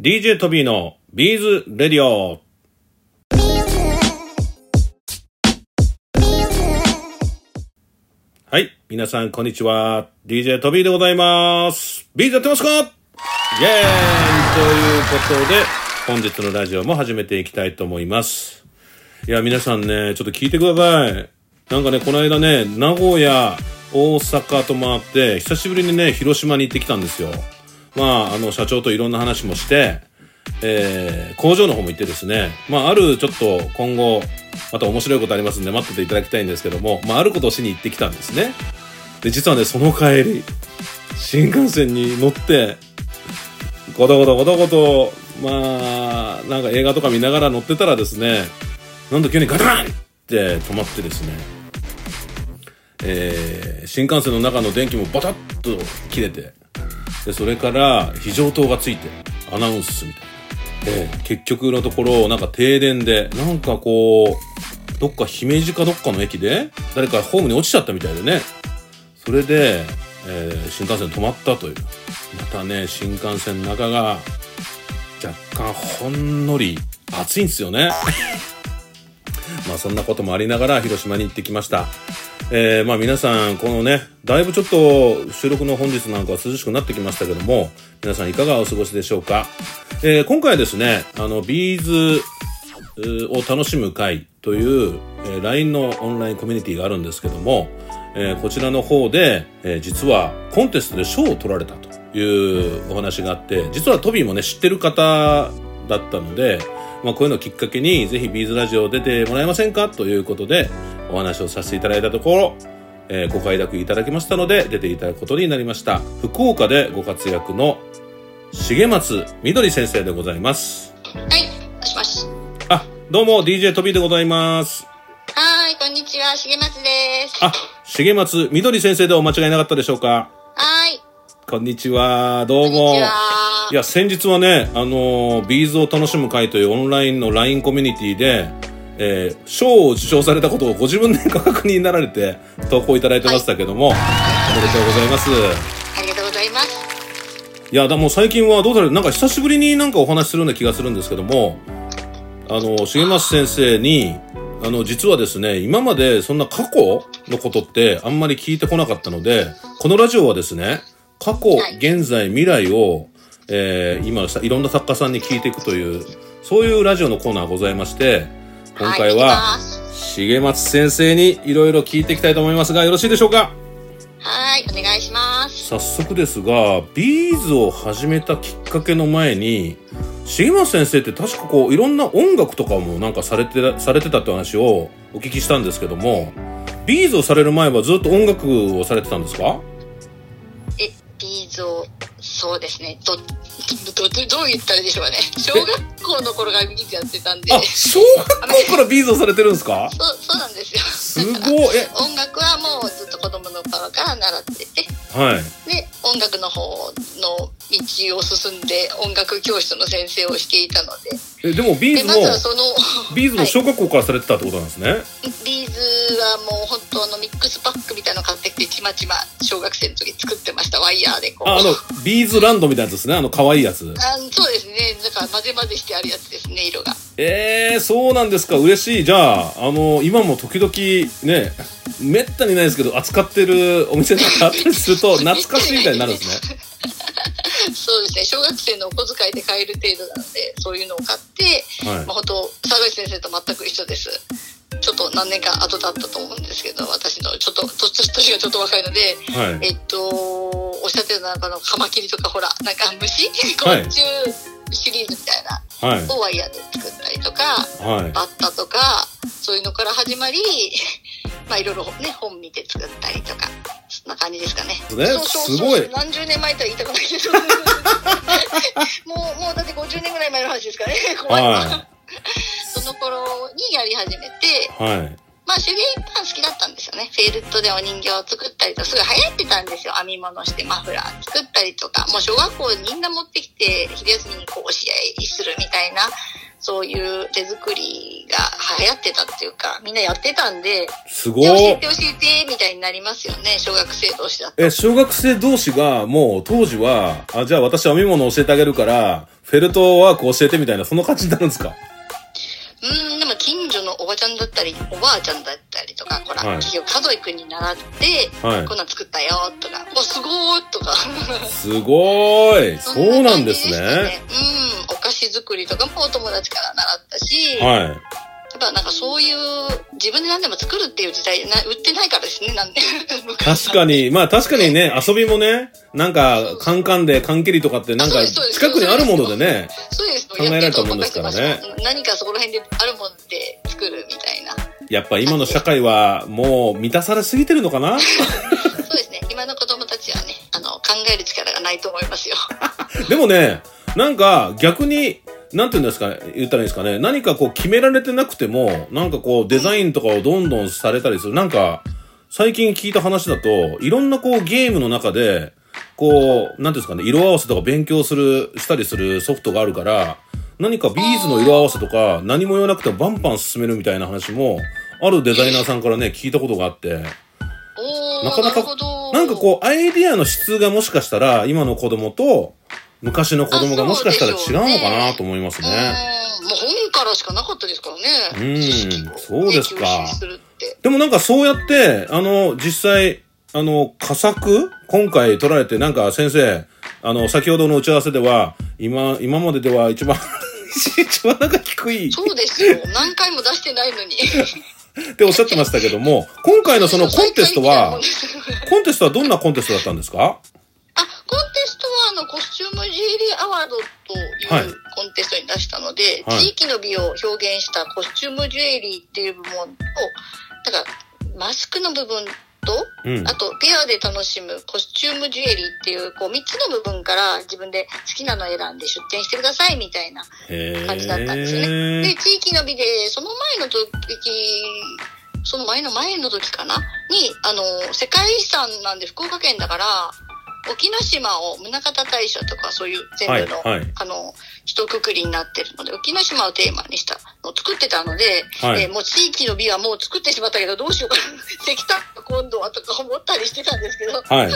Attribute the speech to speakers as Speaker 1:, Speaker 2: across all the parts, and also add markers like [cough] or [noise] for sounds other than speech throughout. Speaker 1: DJ トビーのビーズレディオ。はい。皆さん、こんにちは。DJ トビーでございます。ビーズやってますかイェーイということで、本日のラジオも始めていきたいと思います。いや、皆さんね、ちょっと聞いてください。なんかね、この間ね、名古屋、大阪と回って、久しぶりにね、広島に行ってきたんですよ。まあ、あの、社長といろんな話もして、えー工場の方も行ってですね、まあ、あるちょっと今後、また面白いことありますんで、待ってていただきたいんですけども、まあ、あることをしに行ってきたんですね。で、実はね、その帰り、新幹線に乗って、ゴトゴトゴトゴト、まあ、なんか映画とか見ながら乗ってたらですね、なんと急にガタンって止まってですね、えー新幹線の中の電気もバタッと切れて、でそれから非常灯がついてアナウンスみたいな、ええ結局のところなんか停電でなんかこうどっか姫路かどっかの駅で誰かホームに落ちちゃったみたいでねそれで、えー新幹線止まったというまたね新幹線の中が若干ほんのり暑いんですよねまあそんなこともありながら広島に行ってきましたえーまあ皆さん、このね、だいぶちょっと収録の本日なんかは涼しくなってきましたけども、皆さんいかがお過ごしでしょうか。えー今回はですね、あの、ビーズえーを楽しむ会という、えー LINE のオンラインコミュニティがあるんですけども、えーこちらの方で、えー実はコンテストで賞を取られたというお話があって、実はトビーもね、知ってる方だったので、まあ、こういうのをきっかけに、ぜひビーズラジオ出てもらえませんかということで、お話をさせていただいたところ、えーご快諾いただきましたので、出ていただくことになりました。福岡でご活躍の重松みどり先生でございます。
Speaker 2: はい、もしもし。
Speaker 1: あ、どうも、DJ トビーでございます。
Speaker 2: はーい、こんにちは、しげまつです。は
Speaker 1: あ、重松みどり先生でお間違いなかったでしょうか
Speaker 2: ーい、
Speaker 1: こんにちは、ど
Speaker 2: こ
Speaker 1: うん
Speaker 2: に
Speaker 1: も。
Speaker 2: ち。はい
Speaker 1: や、先日はね、あのービーズを楽しむ会というオンラインの LINE コミュニティで、えー賞を受賞されたことをご自分で [laughs] ご確認になられて投稿いただいてましたけども、おめでとうございます。
Speaker 2: ありがとうございます。
Speaker 1: いや、でも最近はどうだろう、なんか久しぶりになんかお話しするような気がするんですけども、あの、重松先生に、あの、実はですね、今までそんな過去のことってあんまり聞いてこなかったので、このラジオはですね、過去、
Speaker 2: はい
Speaker 1: 現在、未来を、えー今さ、いろんな作家さんに聞いていくという、そういうラジオのコーナーがございまして、今回は、
Speaker 2: い行きます
Speaker 1: 重松先生にいろいろ聞いていきたいと思いますが、よろしいでしょうか
Speaker 2: はーい、お願いします。
Speaker 1: 早速ですがビーズを始めたきっかけの前に重松先生って確かこういろんな音楽とかもなんかされてたされてたって話をお聞きしたんですけどもビーズをされる前はずっと音楽をされてたんですか
Speaker 2: え、ビーズを、そうですね、ど、ど、ど、どう言ったらいいでしょうかね。小学校の頃からビーズやってたんで
Speaker 1: あ、小学校からビーズをされてるんですか
Speaker 2: そう、そうなんですよ。
Speaker 1: すごいえ
Speaker 2: 音楽はもうずっと子供の頃から習ってて、
Speaker 1: はい
Speaker 2: で、音楽の方の道を進んで、音楽教室の先生をしていたので、
Speaker 1: えでもビー
Speaker 2: で、
Speaker 1: ズ
Speaker 2: まずはそ
Speaker 1: も
Speaker 2: の、
Speaker 1: ビーズも小学校からされてたってことなんですね、
Speaker 2: ビーズはもう本当あのミックスパックみたいなの買ってきてちまちま小学生の時作ってましたワイヤーでこう
Speaker 1: ああのビーズランドみたいなやつですねあの可愛いやつ
Speaker 2: あそうですねだから混ぜ混ぜしてあるやつですね色が
Speaker 1: えー、そうなんですか嬉しいじゃああの今も時々ねめったにないですけど扱ってるお店とかあったりする [laughs] と懐かしいみたいになるんですね
Speaker 2: そうですね小学生のお小遣いで買える程度なのでそういうのを買って、
Speaker 1: はい
Speaker 2: まあ、本当佐口先生と全く一緒ですちょっと何年か後だったと思うんですけど私のちょっとと年がちょっと若いので
Speaker 1: はい
Speaker 2: えっと、おっしゃってた中のカマキリとかほら、なんか虫
Speaker 1: はい
Speaker 2: 昆虫シリーズみたいな、
Speaker 1: はい
Speaker 2: をワイヤーで作ったりとか、
Speaker 1: はい
Speaker 2: バッタとか、そういうのから始まり、 [laughs] まあいろいろね、本見て作ったりとか、そんな感じですかね。
Speaker 1: ね
Speaker 2: そうそうそう
Speaker 1: すごい
Speaker 2: 何十年前とは言いたくないけ
Speaker 1: [laughs]
Speaker 2: ど。もう、もうだって50年ぐらい前の話ですからね。怖いな。
Speaker 1: は
Speaker 2: その頃にやり始めて、
Speaker 1: いはい
Speaker 2: まあ手芸一般好きだったんですよね。フェルトでお人形を作ったりとか、すごい流行ってたんですよ。編み物してマフラー作ったりとか、もう小学校みんな持ってきて、昼休みにこうお試合するみたいな、そそういう手作りが流行ってたっていうか、みんなやってたんで、
Speaker 1: す
Speaker 2: 教
Speaker 1: ご
Speaker 2: え
Speaker 1: い
Speaker 2: て教えてみたいになりますよね、小学生同士だと。
Speaker 1: え、小学生同士が、もう当時は、あ、じゃあ私編み物教えてあげるから、フェルトワーク教えてみたいな、そんな感じになるんですか
Speaker 2: うん、でも近所のおばちゃんだったり、おばあちゃんだったりとか、ほら、
Speaker 1: はい
Speaker 2: 企業家族に習って、
Speaker 1: はい
Speaker 2: こんなん作ったよとか、お、すごーとか。
Speaker 1: すごーい。
Speaker 2: そ
Speaker 1: そうなんです
Speaker 2: な感じ
Speaker 1: ね。
Speaker 2: でしたうん、お菓子作りとかもお友達から習ったし、やっ
Speaker 1: は
Speaker 2: ぱなんかそういう、自分で何でも作るっていう時代な、売ってないからですね、なんで。
Speaker 1: い。確かに、まあ確かにね、遊びもね、なんか、カンカンで缶蹴りとかって、なんか、
Speaker 2: そうです
Speaker 1: 近くにあるものでね、
Speaker 2: そうです。
Speaker 1: 考えられたもんですからね
Speaker 2: やってると思います何かそこら辺であるもんで作るみたいな。
Speaker 1: やっぱ今の社会は、もう満たされすぎてるのかな
Speaker 2: そうですね。今の子供たちはね、あの、考える力がないと思い
Speaker 1: [laughs]
Speaker 2: ますよ。
Speaker 1: でもね、なんか、逆に、なんて言うんですかね、言ったらいいんですかね、何かこう決められてなくても、なんかこうデザインとかをどんどんされたりする。なんか、最近聞いた話だと、いろんなこうゲームの中で、こう、なんていうんですかね、色合わせとか勉強する、したりするソフトがあるから、何かビーズの色合わせとか、何も言わなくてもバンバン進めるみたいな話も、あるデザイナーさんからね、聞いたことがあって、
Speaker 2: おー、
Speaker 1: な
Speaker 2: な
Speaker 1: かなか
Speaker 2: るほど。
Speaker 1: なんかこう、アイディアの質がもしかしたら、今の子供と、昔の子供がもしかしたら違うのかなと思います
Speaker 2: う
Speaker 1: ね。
Speaker 2: ん、もう本からしかなかったですからね。
Speaker 1: うん
Speaker 2: 知識を
Speaker 1: そうですか
Speaker 2: 吸収するって。
Speaker 1: でもなんかそうやって、あの、実際、あの、佳作今回取られて、なんか先生、あの、先ほどの打ち合わせでは、今、今まででは一番、一番なんか低いっ
Speaker 2: そうですよ。何回も出してないのに。
Speaker 1: ておっしゃってましたけども、今回のそのコンテストは、コンテストはどんなコンテストだったんですか
Speaker 2: あ、コンテストは、あの、コスチュームジュエリーアワード
Speaker 1: は
Speaker 2: と
Speaker 1: い
Speaker 2: いうコンテストに出したので、
Speaker 1: はい
Speaker 2: 地域の美を表現したコスチュームジュエリーっていう部門を、だから、マスクの部分と、
Speaker 1: うん
Speaker 2: あ。と、ペアで楽しむコスチュームジュエリーっていう、こう、3つの部分から自分で好きなのを選んで出展してくださいみたいな
Speaker 1: へ
Speaker 2: 感じだったんですよね。で、地域の美で、その前の時、その前の前の時かなに、あの、世界遺産なんで福岡県だから、沖ノ島を宗像大社とかそういう全
Speaker 1: はい、
Speaker 2: 部の、
Speaker 1: はい。
Speaker 2: あの、一括りになってるので、沖ノ島をテーマにしたのを作ってたので、
Speaker 1: はい
Speaker 2: えーもう地域の美はもう作ってしまったけど、どうしようかな。 [laughs] 石炭が今度はとか思ったりしてたんですけど、
Speaker 1: はい。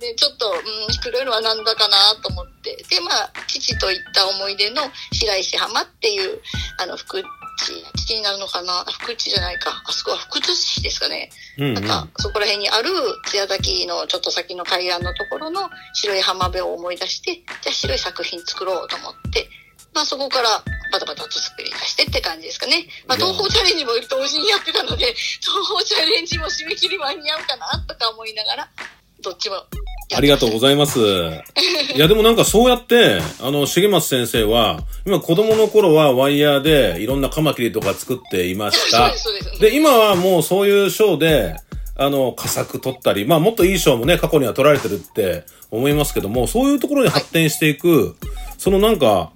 Speaker 2: でちょっと、うん、作るのはなんだかなと思って。で、まあ、父と行った思い出の白石浜っていう、あの、福知、父になるのかな福知じゃないか。あそこは福津市ですかね。
Speaker 1: うん、う
Speaker 2: なん
Speaker 1: ん。
Speaker 2: か、そこら辺にある、艶崎のちょっと先の海岸のところの白い浜辺を思い出して、じゃあ白い作品作ろうと思って、まあそこからバタバタと作り出してって感じですかね。まあ
Speaker 1: いや
Speaker 2: 東宝チャレンジも同時にやってたので、 [laughs] 東宝チャレンジも締め切り間に合うかなとか思いながら、どっちもやってました。
Speaker 1: ありがとうございます。いや、でもなんかそうやって、あの、重松先生は、今子供の頃はワイヤーでいろんなカマキリとか作っていまし
Speaker 2: そう
Speaker 1: た
Speaker 2: [laughs] です、。そうです。
Speaker 1: で、今はもうそういう賞で、あの、佳作取ったり、まあもっといい賞もね、過去には取られてるって思いますけども、そういうところに発展していく、そのなんか、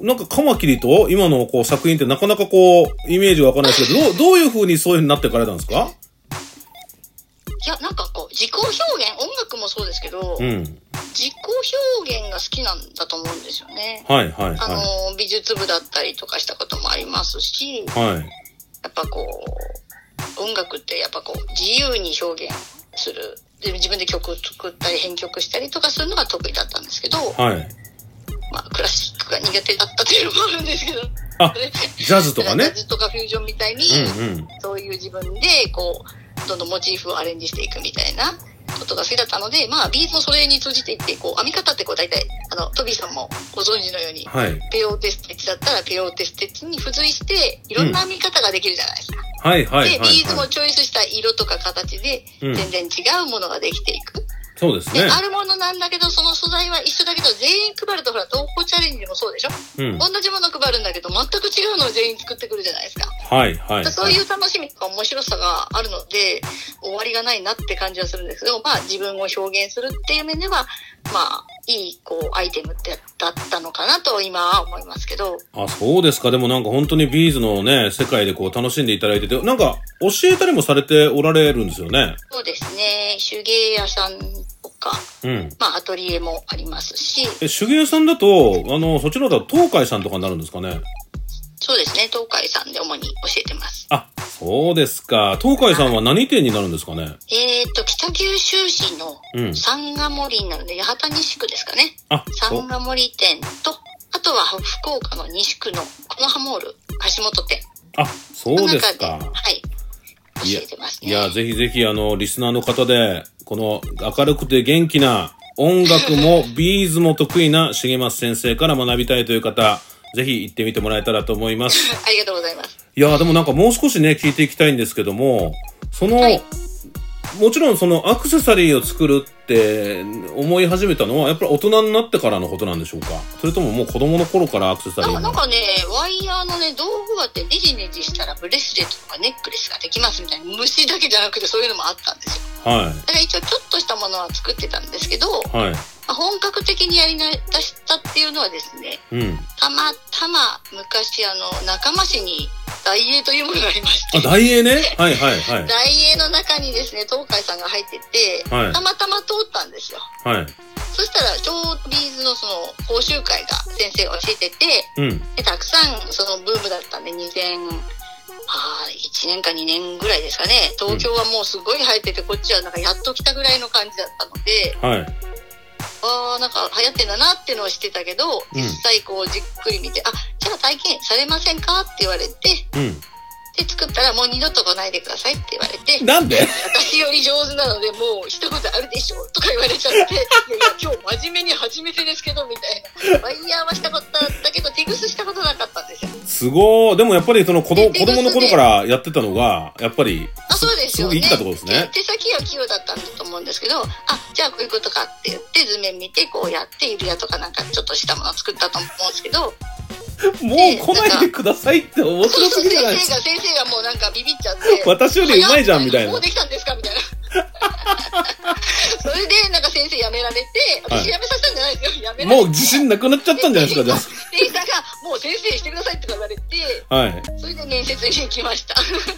Speaker 1: なんかカマキリと今のこう作品ってなかなかこう、イメージがわかんないですけど、どう、どういう風にそういう風になっていかれたんですか
Speaker 2: いや、なんかこう、自己表現、音楽もそうですけど、
Speaker 1: うん。
Speaker 2: 自己表現が好きなんだと思うんですよね。
Speaker 1: はいはい
Speaker 2: あの
Speaker 1: は
Speaker 2: ー、美術部だったりとかしたこともありますし、
Speaker 1: い。はい。
Speaker 2: やっぱこう、音楽ってやっぱこう、自由に表現する。で自分で曲作ったり編曲したりとかするのが得意だったんですけど、
Speaker 1: はい。
Speaker 2: まあクラシックが苦手だったっていうのもあるんですけど、
Speaker 1: あ
Speaker 2: そ
Speaker 1: [laughs]
Speaker 2: れ
Speaker 1: ジャズとか
Speaker 2: ジ
Speaker 1: ね
Speaker 2: ャ。ズとかフュージョンみたいに、
Speaker 1: うんうん。
Speaker 2: そういう自分で、こう、どんどんモチーフをアレンジしていくみたいなことが好きだったので、まあ、ビーズもそれに通じていって、こう、編み方ってこう、大体、あの、トビーさんもご存知のように、
Speaker 1: はい。
Speaker 2: ペオーテステッチだったらペオーテステッチに付随して、いろんな編み方ができるじゃないですか。
Speaker 1: はいはいはい、
Speaker 2: で、ビーズ
Speaker 1: は
Speaker 2: も
Speaker 1: い。
Speaker 2: チョイスした色とか形で、
Speaker 1: うん
Speaker 2: 全然違うものができていく。
Speaker 1: そうです
Speaker 2: で、
Speaker 1: ね。
Speaker 2: あるものなんだけど、その素材は一緒だけど、全員配ると、ほら、東宝チャレンジもそうでしょ、
Speaker 1: うん。
Speaker 2: 同じもの配るんだけど、全く違うのを全員作ってくるじゃないですか。
Speaker 1: はいはい。
Speaker 2: そういう楽しみとか面白さがあるので、終わりがないなって感じはするんですけど、まあ自分を表現するっていう面では、まあいいこうアイテムってだったのかなと今は思いますけど、
Speaker 1: あ、そうですか。でもなんか本当にビーズのね、世界でこう楽しんでいただいてて、なんか教えたりもされておられるんですよね。
Speaker 2: そうですね、手芸屋さんとか、
Speaker 1: うん。
Speaker 2: まあアトリエもありますし、
Speaker 1: え、手芸さんだと、あの、そちらだと東海さんとかになるんですかね。
Speaker 2: そうですね、東海さんで主に教えてます。
Speaker 1: あ、そうですか。東海さんは何店になるんですかね
Speaker 2: えー、っと、北九州市の
Speaker 1: うん
Speaker 2: 三ヶ森になるので、八幡西区ですかね。
Speaker 1: あ、そ
Speaker 2: 三
Speaker 1: う。
Speaker 2: ヶ森店と、あとは福岡の西区のこのハモール、橋本店。
Speaker 1: あ、そうですか
Speaker 2: この。中はい。
Speaker 1: いや
Speaker 2: 教えてますね。
Speaker 1: いや、ぜひぜひ、あの、リスナーの方で、この明るくて元気な音楽もビーズも得意な重松先生から学びたいという方、ぜひ行ってみてもらえたらと思います。
Speaker 2: [laughs] ありがとうございます。
Speaker 1: いやーでもなんかもう少しね聞いていきたいんですけどもその、
Speaker 2: はい
Speaker 1: もちろんそのアクセサリーを作るって思い始めたのはやっぱり大人になってからのことなんでしょうかそれとももう子供の頃からアクセサリ
Speaker 2: な
Speaker 1: ー
Speaker 2: んかなん
Speaker 1: の
Speaker 2: かね、ワイヤーのね、道具があってネジネジしたらブレスレットとかネックレスができますみたいな、虫だけじゃなくてそういうのもあったんですよ。
Speaker 1: は
Speaker 2: だから一応ちょっとしたものは作ってたんですけど、
Speaker 1: いはい
Speaker 2: まあ本格的にやりな出したっていうのはですね、
Speaker 1: うん
Speaker 2: たまたま昔あの、仲間市に大英というものがありまして
Speaker 1: あ、ダイエーねはいはいはい
Speaker 2: 大英の中にですね、東海さんが入ってて、
Speaker 1: はい
Speaker 2: たまたま通ったんですよ。
Speaker 1: はい
Speaker 2: そしたら、ちょうどビーズのその講習会が先生が教えてて、
Speaker 1: うん
Speaker 2: でたくさんそのブームだったんで、2000、あー1年か2年ぐらいですかね。東京はもうすごい流行ってて、こっちはなんかやっと来たぐらいの感じだったの
Speaker 1: は
Speaker 2: で、
Speaker 1: い
Speaker 2: ああ、なんか流行ってんだなってのを知ってたけど、
Speaker 1: うん
Speaker 2: 実際こうじっくり見て、あ、じゃあ体験されませんかって言われて、
Speaker 1: う
Speaker 2: で、作ったらもう二度と来ないでくださいって言われて
Speaker 1: ん、なんで
Speaker 2: 私より上手なのでもう一言あるでしょとか言われ
Speaker 1: [laughs]
Speaker 2: ちゃって、いやいや、今日真面目に初めてですけど、みたいな。ワイヤーはしたことあったけど、手ぐすしたことなかったんですよ。
Speaker 1: すごーでもやっぱりその子供
Speaker 2: 手
Speaker 1: 子
Speaker 2: 手
Speaker 1: 供の頃からやってたのがやっぱり
Speaker 2: あ、そうですよ
Speaker 1: ごい
Speaker 2: ね。
Speaker 1: 生きたところですね
Speaker 2: 手手先は器用だったんだと思うんですけど、あ、じゃあこういうことかって言って、図面見て、こうやって、指輪とかなんかちょっとしたものを作ったと思うんですけど、
Speaker 1: もう来ないでくださいって面白
Speaker 2: そうそう
Speaker 1: すぎ
Speaker 2: 先
Speaker 1: じ
Speaker 2: 生
Speaker 1: ゃない
Speaker 2: が
Speaker 1: ですか、。
Speaker 2: 先生がもうなんかビビっちゃっ
Speaker 1: [laughs]
Speaker 2: て
Speaker 1: 私より上手いじゃんみたいな
Speaker 2: もうできたんですかみたいな。それで、なんか先生辞められて、
Speaker 1: はい
Speaker 2: 私辞めさせたんじゃないですよ。辞められて
Speaker 1: もう自信なくなっちゃったんじゃないですかじゃ
Speaker 2: 店員さんが、もう先生してくださいって言われて、
Speaker 1: あはい
Speaker 2: それで面接に行きました。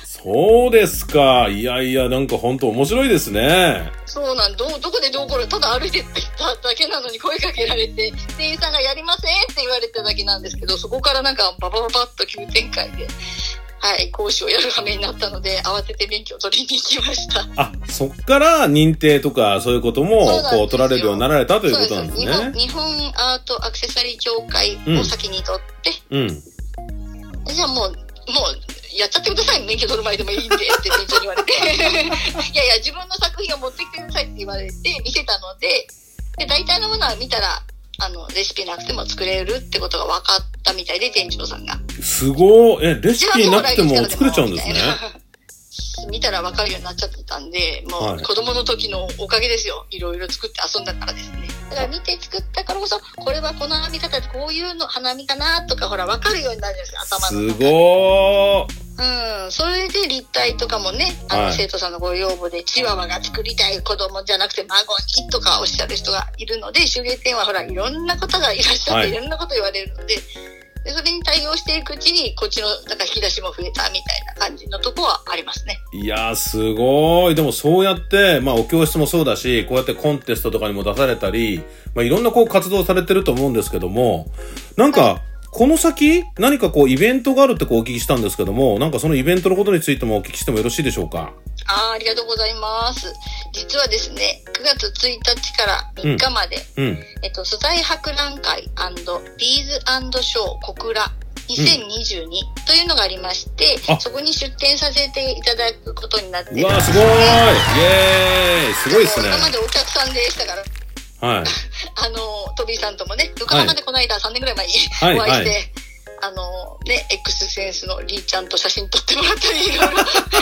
Speaker 1: そうですか。いやいや、なんか本当面白いですね。
Speaker 2: そうなん、どう、どこでどうこれ、ただ歩いてっただけなのに声かけられて、店員さんがやりませんって言われただけなんですけど、そこからなんかババババッと急展開で、はい、講師をやる羽目になったので、慌てて免許を取りに行きました。
Speaker 1: あ、そっから認定とかそういうことも
Speaker 2: そうなんですよ
Speaker 1: こう取られるようになられたということなんです
Speaker 2: 日本
Speaker 1: ね。
Speaker 2: 日本アートアクセサリー協会を先に取って、
Speaker 1: うん。
Speaker 2: じゃあもう、もう、やっちゃってください。免許取る前でもいいんで、って店長に言われて。 [laughs] いやいや、自分の作品を持ってきてくださいって言われて、見せたので、で、大体のものは見たら、あの、レシピなくても作れるってことが分かったみたいで、店長さんが。
Speaker 1: すごい。え、レシピなくても作れちゃうんですね
Speaker 2: じ。ゃあ将来の力でもみたいな見たら分かるようになっちゃってたんで、も
Speaker 1: は
Speaker 2: う
Speaker 1: い
Speaker 2: 子供の時のおかげですよ。いろいろ作って遊んだからですね。だから見て作ったからこそ、これはこの編み方でこういうの、花見かなとか、ほら、分かるようになるんですよ、頭の
Speaker 1: す
Speaker 2: 中で。
Speaker 1: ご
Speaker 2: うん、それで立体とかもね、あ
Speaker 1: は
Speaker 2: の
Speaker 1: い
Speaker 2: 生徒さんのご要望で、チワワが作りたい子供じゃなくて孫にとかおっしゃる人がいるので、手芸店はほら、いろんな方がいらっしゃって、
Speaker 1: はい
Speaker 2: い、ろんなこと言われるので、でそれに対応していくうちに、こっちのなんか引き出しも増えたみたいな感じのとこはありますね。
Speaker 1: い。いやー、すごい。でもそうやって、まあお教室もそうだし、こうやってコンテストとかにも出されたり、まあいろんなこう活動されてると思うんですけども、なんか、この先、何かこうイベントがあるってこうお聞きしたんですけども、なんかそのイベントのことについてもお聞きしてもよろしいでしょうか
Speaker 2: あーありがとうございます。実はですね、9月1日から3日まで、
Speaker 1: うん。
Speaker 2: えっと、素材博覧会ビーズショー小倉2022というのがありまして、
Speaker 1: あ
Speaker 2: そこに出展させていただくことになって
Speaker 1: うわーすごーいイエーイすごいですね
Speaker 2: あの今までお客さんでしたから、 [laughs]
Speaker 1: はい
Speaker 2: あの、トビーさんともね、横浜でこの間3年ぐらい前に
Speaker 1: はい
Speaker 2: お会いして、
Speaker 1: は
Speaker 2: あのね、X センスのリーちゃんと写真撮ってもらったり、いろ [laughs]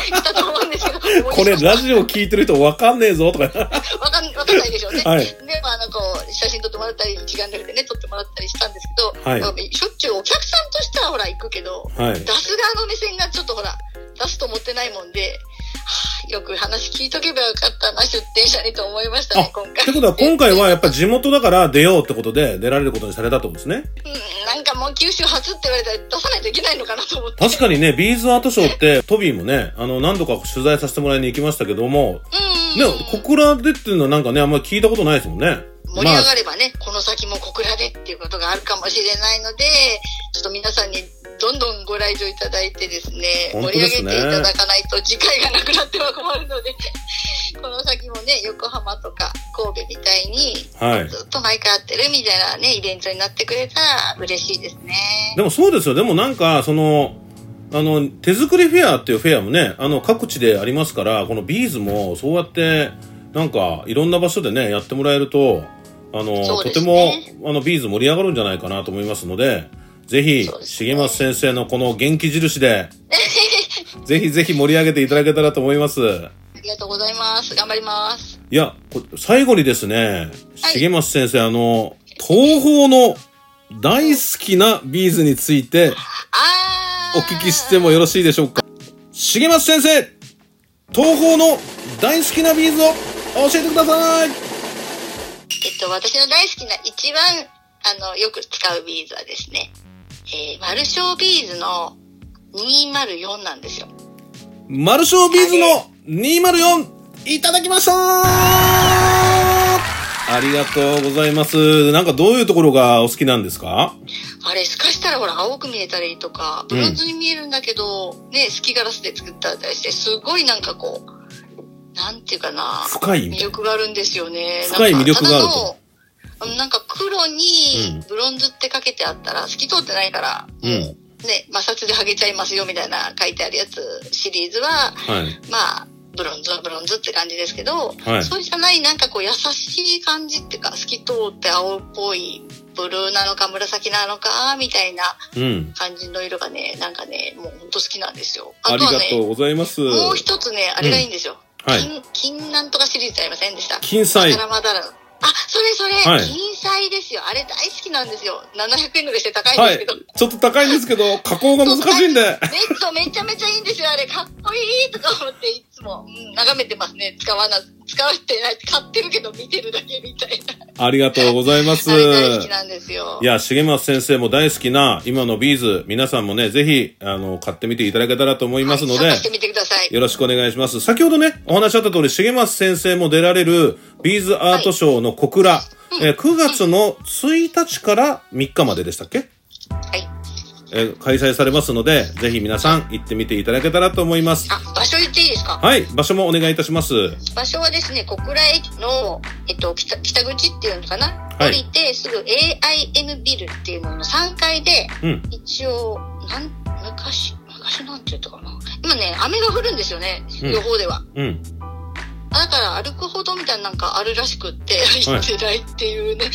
Speaker 2: いろしたと思うんですけど、
Speaker 1: これラジオ聞いてる人わかんねえぞとか
Speaker 2: [laughs] わかん、わかんないでしょうね。
Speaker 1: はい
Speaker 2: で、まあ、なんか、写真撮ってもらったり、一眼レフでね、撮ってもらったりしたんですけど、
Speaker 1: はい
Speaker 2: まあしょっちゅうお客さんとしてはほら、行くけど、
Speaker 1: はい
Speaker 2: 出す側の目線がちょっとほら、出すと思ってないもんで、はあよく話聞いとけばよかったな、出店者にと思いましたね、今
Speaker 1: って
Speaker 2: 回。
Speaker 1: ことは今回はやっぱ地元だから出ようってことで出られることにされたってことですね
Speaker 2: うん、なんかもう九州初って言われたら出さないといけないのかなと思って。
Speaker 1: 確かにねビーズアートショーってトビーもねあの何度か取材させてもらいに行きましたけども
Speaker 2: うん
Speaker 1: ね小倉でっていうのはなんかねあんまり聞いたことないですもんね
Speaker 2: 盛り上がればね、この先も小倉でっていうことがあるかもしれないので、ちょっと皆さんにどんどんご来場いただいてですね、
Speaker 1: 本
Speaker 2: 盛
Speaker 1: 当
Speaker 2: り
Speaker 1: で
Speaker 2: 上
Speaker 1: すね
Speaker 2: げていただかないと次回がなくなっては困るので、この先もね、横浜とか神戸みたいに、
Speaker 1: はい。
Speaker 2: ずっと毎回会ってるみたいなね、イベントになってくれたら嬉しいですね。 [laughs]
Speaker 1: でもそうですよ。でもなんか、その、あの、手作りフェアっていうフェアもね、あの、各地でありますから、このビーズもそうやって、なんか、いろんな場所でね、やってもらえると、あの、
Speaker 2: そう
Speaker 1: と
Speaker 2: で
Speaker 1: て
Speaker 2: す
Speaker 1: も
Speaker 2: ね、
Speaker 1: あの、ビーズ盛り上がるんじゃないかなと思いますので、ぜひ
Speaker 2: そう、ですね
Speaker 1: 重松先生のこの元気印で、ぜひぜひ盛り上げていただけたらと思います。
Speaker 2: ありがとうございます。頑張ります。
Speaker 1: いや、こ最後にですね、
Speaker 2: はい
Speaker 1: 重松先生、あの、東宝の大好きなビーズについて、
Speaker 2: あー
Speaker 1: お聞きしてもよろしいでしょうか重松先生東宝の大好きなビーズを教えてください
Speaker 2: えっと、私の大好きな一番、あの、よく使うビーズはですね、えー、マルショービーズの204なんですよ。
Speaker 1: マルショービーズの204いただきましたありがとうございますなんかどういうところがお好きなんですか
Speaker 2: あれ、透かしたらほら、青く見えたりとか、ブロンズに見えるんだけど、ね、すきガラスで作ったりして、すごいなんかこう、なんていうかな、
Speaker 1: 深い意
Speaker 2: 魅
Speaker 1: 味
Speaker 2: 力があるんですよね。
Speaker 1: 深い魅力があると
Speaker 2: なんかただのうんなんか黒にブロンズってかけてあったら、透き通ってないから、
Speaker 1: うん
Speaker 2: ね、摩擦で剥げちゃいますよみたいな書いてあるやつシリーズは、
Speaker 1: はい
Speaker 2: まあ、ブロンズはブロンズって感じですけど、
Speaker 1: はい
Speaker 2: そうじゃないなんかこう優しい感じっていうか、透き通って青っぽいブルーなのか紫なのかみたいな
Speaker 1: うん
Speaker 2: 感じの色がね、なんかね、もうほんと好きなんですよ。
Speaker 1: あ
Speaker 2: あ
Speaker 1: り
Speaker 2: とは
Speaker 1: がと
Speaker 2: ね、
Speaker 1: うございます
Speaker 2: もう一つね、あれがいいんですよ。
Speaker 1: はい
Speaker 2: 金、金なんとかシリーズありませんでした。
Speaker 1: 金彩
Speaker 2: まだらまだらのあ、それそれ、
Speaker 1: はい
Speaker 2: 金彩ですよ。あれ大好きなんですよ。700円ぐらいして高いん
Speaker 1: は
Speaker 2: ですけ
Speaker 1: い
Speaker 2: ど。
Speaker 1: ちょっと高いんですけ
Speaker 2: [laughs]
Speaker 1: ど加工が難しいんで
Speaker 2: めっちゃめちゃめちゃいいんですよ、あれ。かっこいいとか思って、いつも、うん、眺めてますね。使わな、使わってない。買ってるけど見てるだけみたいな。
Speaker 1: ありがとうございます
Speaker 2: あれ大好きなんですよ。
Speaker 1: いや、重松先生も大好きな今のビーズ、皆さんもね、ぜひ、あの、買ってみていただけたらと思いますので、
Speaker 2: はい探してみてください。
Speaker 1: よろしくお願いします。先ほどね、お話しあった通り、重松先生も出られるビーズアートショーの小倉、えー9月の1日から3日まででしたっけ
Speaker 2: はい。
Speaker 1: えー開催されますので、ぜひ皆さん行ってみていただけたらと思います。
Speaker 2: あ、場所言っていいですか
Speaker 1: はい、場所もお願いいたします。
Speaker 2: 場所はですね、小倉駅の、えっと、北北口っていうのかな、
Speaker 1: はい
Speaker 2: 降りてすぐ AIN ビルっていうものの3階で、
Speaker 1: うん。
Speaker 2: 一応、なん、昔、昔なんて言ったかな。今ね、雨が降るんですよね、
Speaker 1: うん
Speaker 2: 予報では。
Speaker 1: うん。
Speaker 2: だから歩くほどみたいななんかあるらしくって、
Speaker 1: はい
Speaker 2: 行ってないっていうね。 [laughs]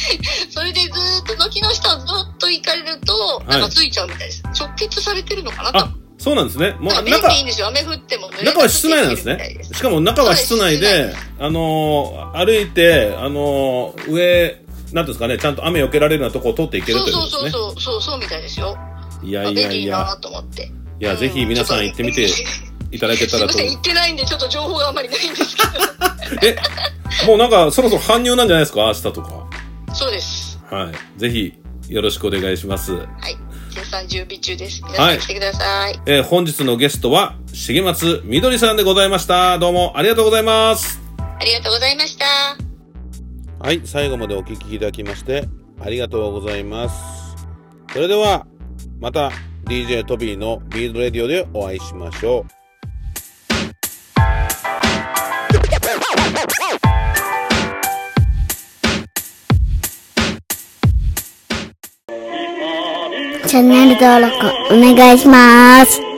Speaker 2: それでずーっと軒の下をずっと行かれると、
Speaker 1: い
Speaker 2: なんかついちゃうみたいです。直結されてるのかな
Speaker 1: あ
Speaker 2: と。、
Speaker 1: そうなんですね。もう、
Speaker 2: なんか
Speaker 1: 中
Speaker 2: 便利いいんですよ。雨降っても濡れなくて
Speaker 1: 中は室内なんです
Speaker 2: 行けるみたい
Speaker 1: ね。しかも中は室内
Speaker 2: そう
Speaker 1: で
Speaker 2: で、
Speaker 1: あのー歩いて、あのー上、なんていうんですかね、ちゃんと雨避けられるようなとこを通っていける
Speaker 2: そ
Speaker 1: と
Speaker 2: う
Speaker 1: いうこ
Speaker 2: そ
Speaker 1: と
Speaker 2: うそう
Speaker 1: ですね。
Speaker 2: そう、そうそうみたいですよ。
Speaker 1: いや
Speaker 2: あ
Speaker 1: いや
Speaker 2: 便
Speaker 1: い
Speaker 2: 利だ
Speaker 1: や、
Speaker 2: なと思って。
Speaker 1: いや、ぜひ皆さん行ってみて
Speaker 2: す
Speaker 1: いただけた
Speaker 2: い
Speaker 1: ら
Speaker 2: ま
Speaker 1: と
Speaker 2: せん、。行ってないんで、ちょっと情報があんまりないんですけ
Speaker 1: え、もうなんかそろそろ搬入なんじゃないですか明日とか。
Speaker 2: ど。そうです。
Speaker 1: はい。ぜひ、よろしくお願いします。
Speaker 2: はい。生産準備中です。皆さん来てください。
Speaker 1: えー本日のゲストは、重松みどりさんでございました。どうもありがとうございます。
Speaker 2: ありがとうございました。
Speaker 1: はい、最後までお聞きいただきましてありがとうございます。それではまた DJ トビーのビードレディオでお会いしましょう。
Speaker 3: チャンネル登録お願いします。